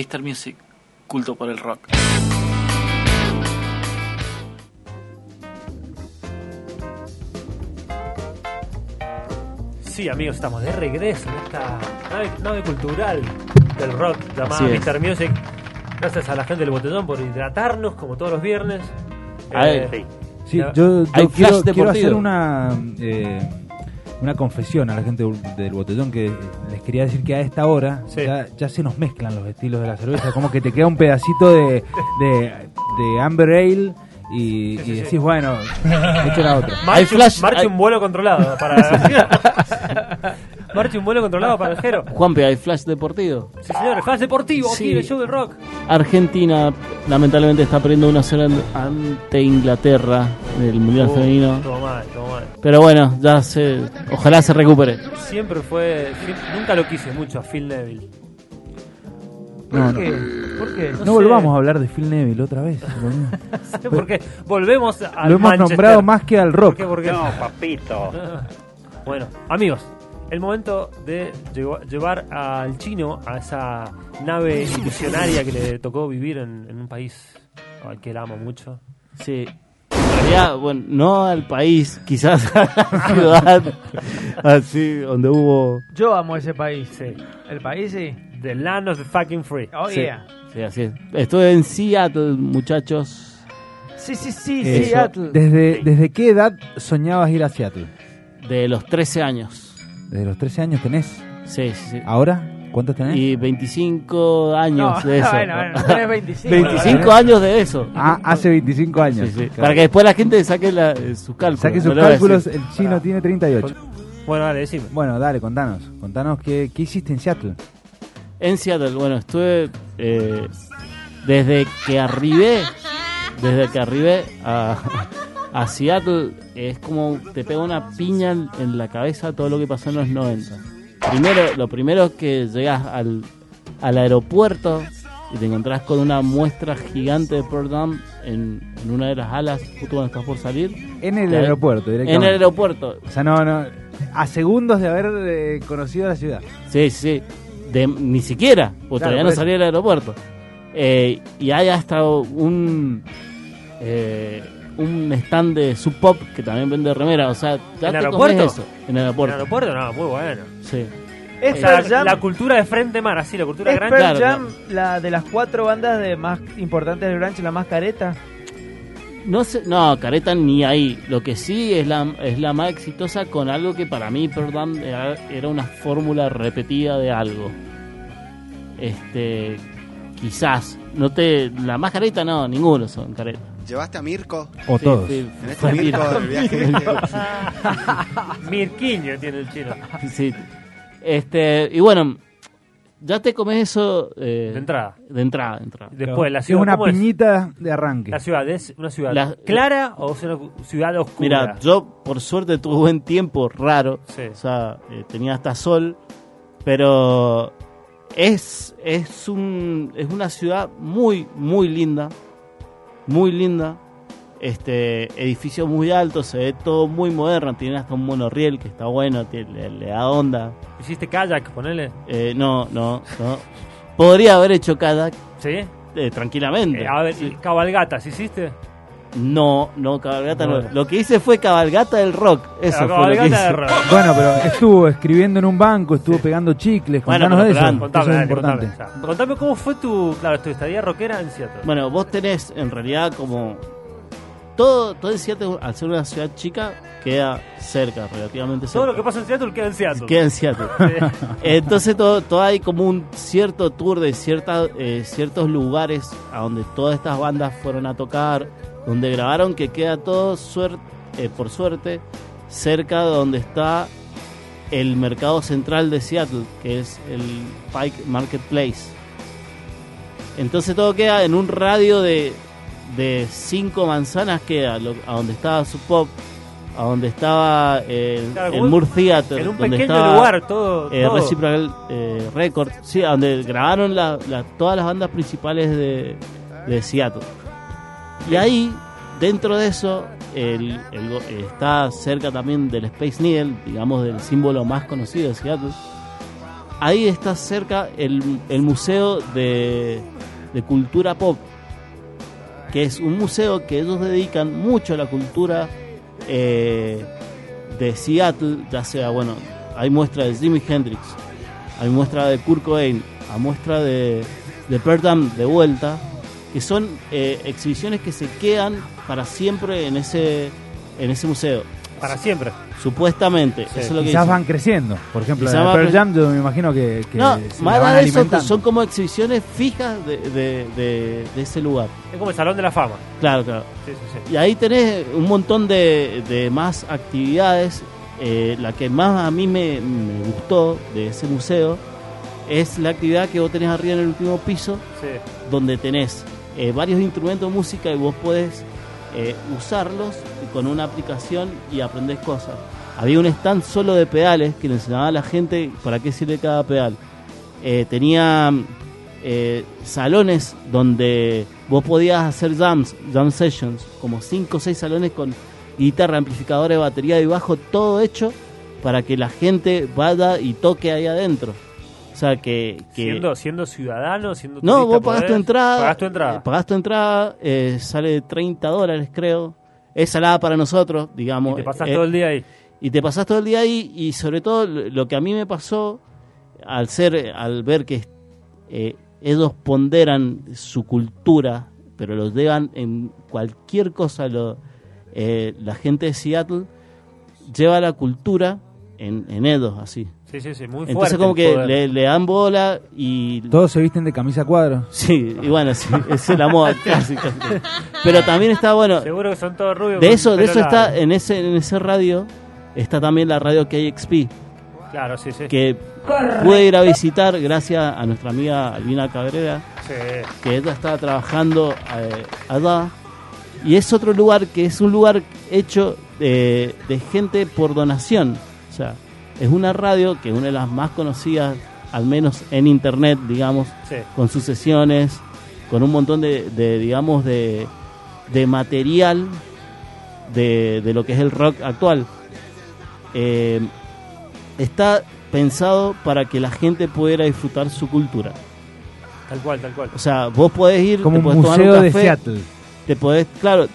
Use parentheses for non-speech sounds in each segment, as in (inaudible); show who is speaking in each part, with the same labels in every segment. Speaker 1: Star Music, culto por el rock.
Speaker 2: Sí, amigos, estamos de regreso en esta nave, nave cultural del rock llamada
Speaker 3: Así es.
Speaker 2: Mr. Music. Gracias a la gente del Botellón por hidratarnos como todos los viernes. Eh,
Speaker 3: A ver,
Speaker 4: Sí.
Speaker 3: Sí,
Speaker 2: Ya.
Speaker 3: yo, yo
Speaker 5: Hay flash
Speaker 3: quiero, quiero
Speaker 5: deportivo.
Speaker 3: hacer una eh, una confesión a la gente del- del botellón que les quería decir que a esta hora
Speaker 2: Sí.
Speaker 3: ya, ya se nos mezclan los estilos de la cerveza, como que te queda un pedacito de, de, de Amber Ale y,
Speaker 2: Sí, sí,
Speaker 3: y
Speaker 2: sí.
Speaker 3: decís, bueno, echo la otra.
Speaker 5: Hay
Speaker 2: Marche,
Speaker 5: flash-
Speaker 2: marche
Speaker 5: hay-
Speaker 2: un vuelo
Speaker 3: (laughs)
Speaker 2: controlado para. marche un vuelo controlado para el Jero.
Speaker 5: Juanpe, hay flash deportivo.
Speaker 2: Sí, señor, flash deportivo,
Speaker 5: Sí.
Speaker 2: aquí en el show del rock.
Speaker 5: Argentina lamentablemente está perdiendo 1-0 ante Inglaterra en el Mundial
Speaker 6: Oh.
Speaker 2: Uh,
Speaker 5: Femenino.
Speaker 2: todo mal, todo mal.
Speaker 5: Pero bueno, ya se, ojalá se recupere.
Speaker 2: Siempre fue. Phil- Nunca lo quise mucho a Phil Neville.
Speaker 3: No, no.
Speaker 2: ¿Por qué?
Speaker 3: No volvamos a hablar de Phil Neville otra vez. boludo.
Speaker 2: a. Porque volvemos (laughs) al
Speaker 3: Lo hemos
Speaker 2: Manchester.
Speaker 3: nombrado más que al
Speaker 2: ¿Por
Speaker 3: rock.
Speaker 2: qué? ¿Por qué?
Speaker 4: No, papito.
Speaker 2: (laughs) Bueno, amigos, el momento de llevo- llevar al chino a esa nave ilusionaria que le tocó vivir en, en un país al que él ama mucho.
Speaker 5: Sí. En realidad, bueno, no al país, quizás (laughs) a la ciudad, así, donde hubo...
Speaker 6: Yo amo ese país.
Speaker 2: Sí.
Speaker 6: El país sí.
Speaker 2: The land of the fucking free.
Speaker 6: Oh,
Speaker 5: Sí.
Speaker 6: yeah.
Speaker 5: Sí, así es. Estuve en Seattle, muchachos.
Speaker 6: Sí, sí, sí,
Speaker 3: eh, Eso.
Speaker 6: Seattle.
Speaker 3: ¿Desde, ¿Desde qué edad soñabas ir a Seattle?
Speaker 5: De los 13 años.
Speaker 3: ¿Desde los 13 años tenés?
Speaker 5: Sí, sí, sí.
Speaker 3: ¿Ahora? ¿Cuántos tenés?
Speaker 5: Y 25
Speaker 6: No, (laughs)
Speaker 5: años de eso.
Speaker 6: bueno, bueno, tenés 25.
Speaker 5: 25 años de eso.
Speaker 3: Ah, hace 25 años.
Speaker 5: Sí, sí.
Speaker 3: Claro.
Speaker 5: Para que después la gente saque la- eh, sus cálculos.
Speaker 3: Saque
Speaker 5: no lo
Speaker 3: sus
Speaker 5: voy a
Speaker 3: cálculos,
Speaker 5: decir.
Speaker 3: el chino tiene 38.
Speaker 2: Bueno, dale, decime.
Speaker 3: Bueno, dale, contanos. Contanos qué, qué hiciste en Seattle.
Speaker 5: En Seattle, bueno, estuve eh, desde que arribé, desde que arribé a, a Seattle, es como te pega una piña en, en la cabeza todo lo que pasó en los 90. Primero, lo primero es que llegas al, al aeropuerto y te encontrás con una muestra gigante de Pearl Jam en, en una de las alas, justo cuando estás por salir.
Speaker 3: En el
Speaker 5: Ya,
Speaker 3: aeropuerto,
Speaker 5: En
Speaker 3: directamente.
Speaker 5: el aeropuerto,
Speaker 3: O sea, no, no. A segundos de haber eh, conocido la ciudad.
Speaker 5: Sí, sí. De, ni siquiera, porque todavía
Speaker 3: Claro, por
Speaker 5: no
Speaker 3: eso.
Speaker 5: salía del aeropuerto. Eh, y hay hasta un eh, un stand de Sub Pop que también vende remera. O sea, ya
Speaker 2: ¿En
Speaker 5: te
Speaker 2: el aeropuerto?
Speaker 5: comes eso. En el
Speaker 2: ¿En el
Speaker 5: aeropuerto.
Speaker 2: aeropuerto? No, muy bueno.
Speaker 5: Sí.
Speaker 6: Es
Speaker 2: O sea,
Speaker 6: Pearl Jam,
Speaker 2: la cultura de frente mar, así, la cultura
Speaker 6: es
Speaker 2: grande.
Speaker 6: Pearl
Speaker 5: claro,
Speaker 6: Jam, la de las cuatro bandas de más importantes del grunge, la más careta.
Speaker 5: No, sé, no, careta ni ahí. Lo que sí es la, es la más exitosa con algo que para mí, perdón, era era una fórmula repetida de algo. Este, quizás. No te, la más careta no, ninguno son careta.
Speaker 7: ¿Llevaste a Mirko?
Speaker 3: O
Speaker 5: Sí,
Speaker 3: todos.
Speaker 5: sí,
Speaker 7: En este
Speaker 5: fue
Speaker 7: Mirko
Speaker 5: Mirko.
Speaker 7: del viaje. (laughs) este.
Speaker 2: Mirquiño tiene el
Speaker 5: (laughs)
Speaker 2: chino.
Speaker 5: Sí. Este, y bueno, ya te comes eso eh,
Speaker 2: De entrada.
Speaker 5: de entrada, de entrada.
Speaker 2: Después, la
Speaker 3: Es
Speaker 2: ciudad.
Speaker 3: una
Speaker 2: ¿cómo es?
Speaker 3: piñita de arranque.
Speaker 2: La ciudad, ¿es una ciudad
Speaker 5: La-
Speaker 2: clara o es una cu- ciudad oscura?
Speaker 5: Mira, yo por suerte tuve buen tiempo, raro.
Speaker 2: Sí.
Speaker 5: O sea, eh, tenía hasta sol, pero es es un es una ciudad muy muy linda, muy linda. Este, edificios muy altos, se ve todo muy moderno, tiene hasta un monorriel que está bueno, tiene- le- le da onda.
Speaker 2: ¿Hiciste kayak, ponele?
Speaker 5: Eh, no, no, no. Podría haber hecho cada
Speaker 2: ¿Sí?
Speaker 5: tranquilamente.
Speaker 2: Eh, a ver, y cabalgatas, ¿hiciste?
Speaker 5: No, no, cabalgata no.
Speaker 2: Bueno.
Speaker 5: Lo que hice fue cabalgata del rock. Eso fue lo
Speaker 2: La
Speaker 5: que
Speaker 2: cabalgata
Speaker 5: hice.
Speaker 2: de rock.
Speaker 3: Bueno, pero estuvo escribiendo en un banco, estuvo pegando chicles.
Speaker 5: Bueno, pero
Speaker 3: Contanos de eso.
Speaker 5: pegando.
Speaker 3: eso
Speaker 2: Contame,
Speaker 3: es
Speaker 2: dale,
Speaker 3: importante.
Speaker 2: contame, ya. Contame cómo fue tu, claro, tu estadía rockera en Seattle.
Speaker 5: Bueno, vos tenés en realidad como. Todo, todo el Seattle, al ser una ciudad chica, queda cerca, relativamente cerca.
Speaker 2: Todo lo que pasa en Seattle queda en Seattle.
Speaker 5: Queda en
Speaker 2: (laughs)
Speaker 5: Seattle. Entonces todo, todo hay como un cierto tour de cierta, eh, ciertos lugares a donde todas estas bandas fueron a tocar, donde grabaron que queda todo suer- eh, por suerte cerca de donde está el mercado central de Seattle, que es el Pike Marketplace. Entonces todo queda en un radio de, de cinco manzanas queda lo- a donde estaba su pop, a donde estaba eh,
Speaker 2: Claro,
Speaker 5: el
Speaker 2: como
Speaker 5: Moore Theater,
Speaker 2: en un
Speaker 5: donde
Speaker 2: pequeño
Speaker 5: estaba,
Speaker 2: lugar, todo.
Speaker 5: eh,
Speaker 2: todo.
Speaker 5: Reciprocal eh, Records, sí, a donde grabaron la- la- todas las bandas principales de, de Seattle. Y ahí, dentro de eso, el- el go- eh, está cerca también del Space Needle, digamos, del símbolo más conocido de Seattle. ahí está cerca el, el Museo de, de Cultura Pop, que es un museo que ellos dedican mucho a la cultura eh, de Seattle, ya sea, bueno, hay muestra de Jimi Hendrix, hay muestra de Kurt Cobain, hay muestra de, de Pearl Jam de vuelta, que son eh, exhibiciones que se quedan para siempre en ese, en ese museo.
Speaker 2: Para siempre.
Speaker 5: Supuestamente, eso es lo que
Speaker 3: Quizás
Speaker 5: dicen.
Speaker 3: van creciendo. Por ejemplo,
Speaker 5: Quizás
Speaker 3: la de
Speaker 5: va
Speaker 3: Pearl
Speaker 5: cre-
Speaker 3: Jam, yo me imagino que, que
Speaker 5: No,
Speaker 3: se la
Speaker 5: más
Speaker 3: van
Speaker 5: allá de eso, que
Speaker 3: alimentando.
Speaker 5: son como exhibiciones fijas de, de- de- de ese lugar.
Speaker 2: Es como el Salón de la Fama.
Speaker 5: Claro, claro.
Speaker 2: Sí, sí, sí.
Speaker 5: Y ahí tenés un montón de, de más actividades. Eh, la que más a mí me, me gustó de ese museo es la actividad que vos tenés arriba en el último piso,
Speaker 2: Sí.
Speaker 5: donde tenés eh, varios instrumentos de música y vos podés eh, usarlos con una aplicación y aprendés cosas. Había un stand solo de pedales que le enseñaba a la gente para qué sirve cada pedal. Eh, tenía eh, salones donde vos podías hacer jams, jam sessions, como 5 o 6 salones con guitarra, amplificadores, batería y bajo, todo hecho para que la gente vaya y toque ahí adentro. O sea que... que
Speaker 2: Siendo, siendo ciudadano, siendo
Speaker 5: no,
Speaker 2: turista,
Speaker 5: vos pagás tu
Speaker 2: podés-
Speaker 5: entrada.
Speaker 2: Pagás tu
Speaker 5: eh,
Speaker 2: entrada.
Speaker 5: pagás tu entrada, eh, sale 30 dólares, creo. Es salada para nosotros, digamos.
Speaker 2: y te pasás
Speaker 5: eh,
Speaker 2: todo el día ahí.
Speaker 5: y te pasás todo el día ahí. Y sobre todo, lo lo que a mí me pasó, al ser al ver que eh, ellos ponderan su cultura, pero los llevan en cualquier cosa. Lo, eh, la gente de Seattle lleva la cultura en, en ellos, así.
Speaker 2: Sí, sí, sí, muy fuerte.
Speaker 5: Entonces, como
Speaker 2: el
Speaker 5: que
Speaker 2: poder.
Speaker 5: le, le dan bola y
Speaker 3: Todos se visten de camisa cuadro.
Speaker 5: Sí, y bueno, sí, es la moda casi, casi. Pero también está bueno.
Speaker 2: Seguro que son todos rubios.
Speaker 5: De
Speaker 2: con
Speaker 5: eso, de
Speaker 2: pelo
Speaker 5: eso está eh,
Speaker 2: largo.
Speaker 5: en ese, en ese radio está también la radio KXP
Speaker 2: Claro, sí, sí.
Speaker 5: que pude ir a visitar gracias a nuestra amiga Albina Cabrera
Speaker 2: Sí.
Speaker 5: que ella está trabajando eh, allá. Y es otro lugar que es un lugar hecho eh, de gente por donación. O sea, es una radio que es una de las más conocidas, al menos en internet, digamos,
Speaker 2: Sí.
Speaker 5: con sus sesiones, con un montón de, de, digamos, de, de material de, de lo que es el rock actual. Eh, está pensado para que la gente pudiera disfrutar su cultura.
Speaker 2: Tal cual, tal cual.
Speaker 5: O sea, vos podés ir,
Speaker 3: Como
Speaker 5: te
Speaker 3: un
Speaker 5: podés
Speaker 3: museo
Speaker 5: tomar un
Speaker 3: de
Speaker 5: café,
Speaker 3: Seattle.
Speaker 5: te podés, claro,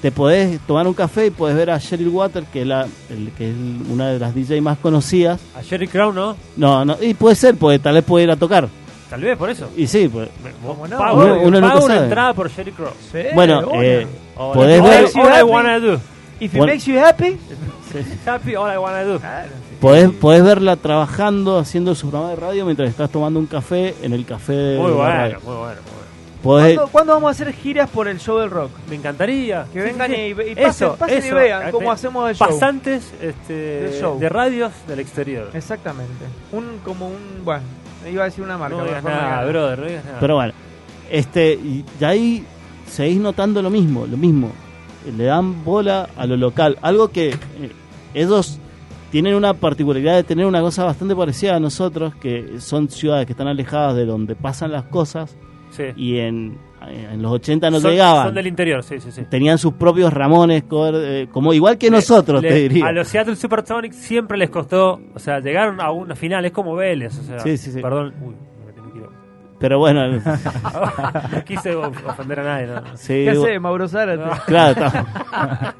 Speaker 5: te podés tomar un café y podés ver a Sheryl Water, que es, la, el- que es una de las DJ más conocidas.
Speaker 2: A Jerry Crown, ¿no?
Speaker 5: No, no, y puede ser, porque tal vez puede ir a tocar.
Speaker 2: Tal vez por eso.
Speaker 5: Y sí, pues,
Speaker 2: Vos
Speaker 6: no?
Speaker 2: pago-
Speaker 5: Uno- uno nunca
Speaker 2: pago una
Speaker 5: sabe.
Speaker 2: entrada por Jerry Crown.
Speaker 6: Sí,
Speaker 5: bueno,
Speaker 6: hola.
Speaker 5: eh,
Speaker 2: All
Speaker 5: Podés
Speaker 2: I- all
Speaker 5: ver-
Speaker 2: I- all I wanna do.
Speaker 6: If it
Speaker 5: bueno.
Speaker 6: makes you happy,
Speaker 2: Happy, all I wanna do.
Speaker 5: Eh, podés, podés verla trabajando, haciendo su programa de radio mientras estás tomando un café en el café de
Speaker 2: Muy
Speaker 5: la
Speaker 2: bueno,
Speaker 5: radio.
Speaker 2: muy bueno, muy bueno.
Speaker 5: Podés-
Speaker 6: ¿cuándo, cuándo vamos a hacer giras por el show del rock?
Speaker 2: Me encantaría.
Speaker 6: Que
Speaker 2: Sí,
Speaker 6: vengan
Speaker 2: sí,
Speaker 6: y,
Speaker 2: sí.
Speaker 6: y pasen, pasen y vean
Speaker 2: Este,
Speaker 6: cómo hacemos el show.
Speaker 2: Pasantes este,
Speaker 6: Del show.
Speaker 2: de radios del exterior.
Speaker 6: Exactamente. Un, como un, bueno, iba a decir una marca.
Speaker 2: no
Speaker 6: pero
Speaker 2: digas
Speaker 6: mejor no
Speaker 2: nada,
Speaker 6: digas
Speaker 2: brother, no digas nada.
Speaker 5: Pero bueno, este, y de ahí seguís notando lo mismo, lo mismo. Le dan bola a lo local. Algo que eh, ellos tienen una particularidad de tener una cosa bastante parecida a nosotros, que son ciudades que están alejadas de donde pasan las cosas
Speaker 2: Sí.
Speaker 5: y en, eh, en los 80 no
Speaker 2: son,
Speaker 5: llegaban.
Speaker 2: son del interior, sí, sí, sí.
Speaker 5: Tenían sus propios ramones, cover, eh, como igual que nosotros,
Speaker 2: Le-
Speaker 5: te diría.
Speaker 2: A los Seattle Supersonics siempre les costó, o sea, llegaron a una final, es como Vélez, o sea,
Speaker 5: Sí, sí, sí.
Speaker 2: perdón, uy, me metí en un quilombo. (laughs)
Speaker 5: Pero bueno,
Speaker 2: no quise of- ofender a nadie, no.
Speaker 5: sí,
Speaker 6: nada. ¿Qué
Speaker 5: bueno,
Speaker 6: hace, Mauro Zárate?
Speaker 5: claro, está-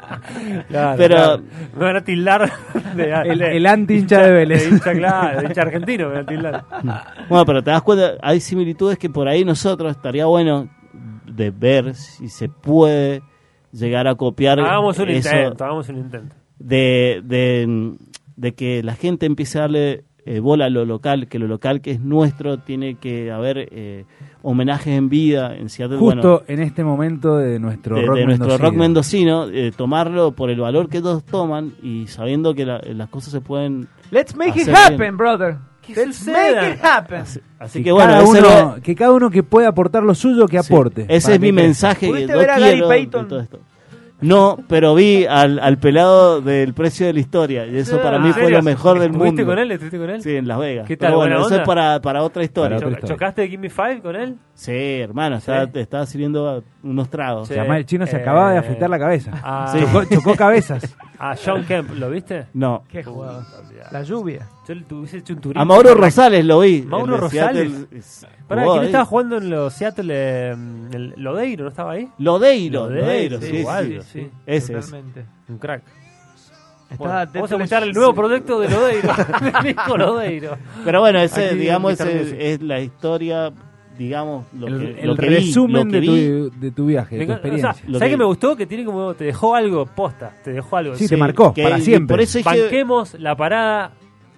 Speaker 2: Claro,
Speaker 5: Pero-
Speaker 2: claro. me van a tildar de,
Speaker 5: (laughs)
Speaker 3: El,
Speaker 2: de-
Speaker 3: el anti-hincha de Vélez.
Speaker 2: de hincha, claro, de hincha argentino me van a tildar.
Speaker 5: (laughs) Bueno, pero te das cuenta, hay similitudes que por ahí nosotros estaría bueno de ver si se puede llegar a copiar
Speaker 2: Hagamos un
Speaker 5: eso
Speaker 2: intento, hagamos un intento.
Speaker 5: de, de, de que la gente empiece a darle eh, bola a lo local, que lo local que es nuestro tiene que haber eh, homenajes en vida en Seattle, bueno,
Speaker 3: Justo en este momento de nuestro
Speaker 5: de,
Speaker 3: rock
Speaker 5: de nuestro rock
Speaker 3: mendocino.
Speaker 5: mendocino, eh, tomarlo por el valor que ellos toman y sabiendo que la- las cosas se pueden...
Speaker 6: Let's make it
Speaker 5: Hacer
Speaker 6: happen,
Speaker 5: bien.
Speaker 6: brother.
Speaker 2: Que
Speaker 6: Let's
Speaker 2: suceda.
Speaker 6: make it happen.
Speaker 5: Así
Speaker 3: Que,
Speaker 5: que, bueno,
Speaker 3: cada
Speaker 5: ese
Speaker 3: uno,
Speaker 5: era-
Speaker 3: que cada uno que pueda aportar lo suyo, que
Speaker 5: Sí,
Speaker 3: aporte.
Speaker 5: Ese
Speaker 3: Para
Speaker 5: es mi
Speaker 3: mí,
Speaker 5: mensaje. que
Speaker 6: ¿Pudiste
Speaker 5: yo
Speaker 6: ver a Gary
Speaker 5: quiero
Speaker 6: Payton?
Speaker 5: de todo esto. No, pero vi al, al pelado del precio de la historia. Y eso para
Speaker 2: Ah,
Speaker 5: mí
Speaker 2: ¿en
Speaker 5: fue
Speaker 2: serio?
Speaker 5: lo mejor del mundo.
Speaker 2: ¿Estuviste con él? ¿Estuviste con él?
Speaker 5: Sí, en Las Vegas.
Speaker 2: ¿Qué tal?
Speaker 5: Pero bueno,
Speaker 2: ¿Buena
Speaker 5: eso es
Speaker 2: onda?
Speaker 5: para, para otra historia.
Speaker 3: Para-
Speaker 2: Cho-
Speaker 3: otra historia.
Speaker 2: ¿Chocaste de Give Me Five con él?
Speaker 5: Sí, hermano, estaba,
Speaker 2: Sí.
Speaker 5: te estaba sirviendo a- unos tragos.
Speaker 2: Sí.
Speaker 3: Además, el chino se
Speaker 2: Eh,
Speaker 3: acababa de afeitar la cabeza.
Speaker 2: A,
Speaker 5: Sí.
Speaker 3: Chocó, chocó cabezas.
Speaker 2: a John Kemp, ¿lo viste?
Speaker 5: No.
Speaker 6: Qué jugada.
Speaker 2: Puta,
Speaker 6: La lluvia.
Speaker 2: Yo le tuviese hecho un turismo.
Speaker 5: A Mauro Rosales lo vi.
Speaker 2: Mauro
Speaker 5: El de
Speaker 2: Rosales.
Speaker 5: Seattle, es-
Speaker 2: Pará,
Speaker 5: jugó
Speaker 2: ¿quién
Speaker 5: ahí.
Speaker 2: estaba jugando en los Seattle? eh, mm, el Lodeiro, ¿no estaba ahí?
Speaker 5: Lodeiro, Lodeiro, sí, sí,
Speaker 2: igual,
Speaker 5: sí.
Speaker 2: sí, sí.
Speaker 5: Ese es.
Speaker 6: Totalmente.
Speaker 2: Un crack.
Speaker 6: Estás
Speaker 2: Bueno,
Speaker 6: atento
Speaker 2: vamos a
Speaker 6: a la-
Speaker 2: escuchar el nuevo proyecto de Lodeiro. (laughs) de Nico Lodeiro.
Speaker 5: Pero bueno, ese,
Speaker 2: Aquí,
Speaker 5: digamos,
Speaker 2: Mr.
Speaker 5: ese
Speaker 2: Music.
Speaker 5: es la historia, digamos, lo
Speaker 3: El,
Speaker 5: que,
Speaker 3: el
Speaker 5: lo que vi,
Speaker 3: resumen
Speaker 5: lo que vi.
Speaker 3: de, tu, de tu viaje, de
Speaker 2: Me
Speaker 3: Eh, tu
Speaker 2: encanta, o sea,
Speaker 3: experiencia.
Speaker 5: Lo
Speaker 2: ¿Sabes
Speaker 5: que-
Speaker 2: qué me gustó? Que tiene como. Te dejó algo posta. Te dejó algo.
Speaker 3: Sí, te marcó, para
Speaker 5: y
Speaker 3: siempre.
Speaker 5: Por eso es que,
Speaker 2: Banquemos la parada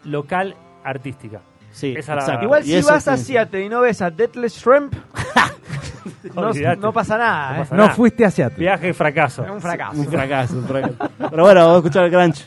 Speaker 2: local artística.
Speaker 5: sí,
Speaker 2: esa la-
Speaker 5: exacto.
Speaker 6: Igual
Speaker 5: Ah, Y
Speaker 6: si
Speaker 5: eso
Speaker 6: vas a
Speaker 5: es-
Speaker 6: Seattle y no ves a Deathless
Speaker 5: (laughs)
Speaker 6: Shrimp, no,
Speaker 2: Olvídate.
Speaker 6: no pasa nada.
Speaker 2: No
Speaker 6: ¿eh?
Speaker 2: pasa
Speaker 3: No fuiste hacia
Speaker 2: Viaje fracaso.
Speaker 6: Es un fracaso.
Speaker 5: Un fracaso, un fracaso. Pero bueno, vamos a escuchar el crunch.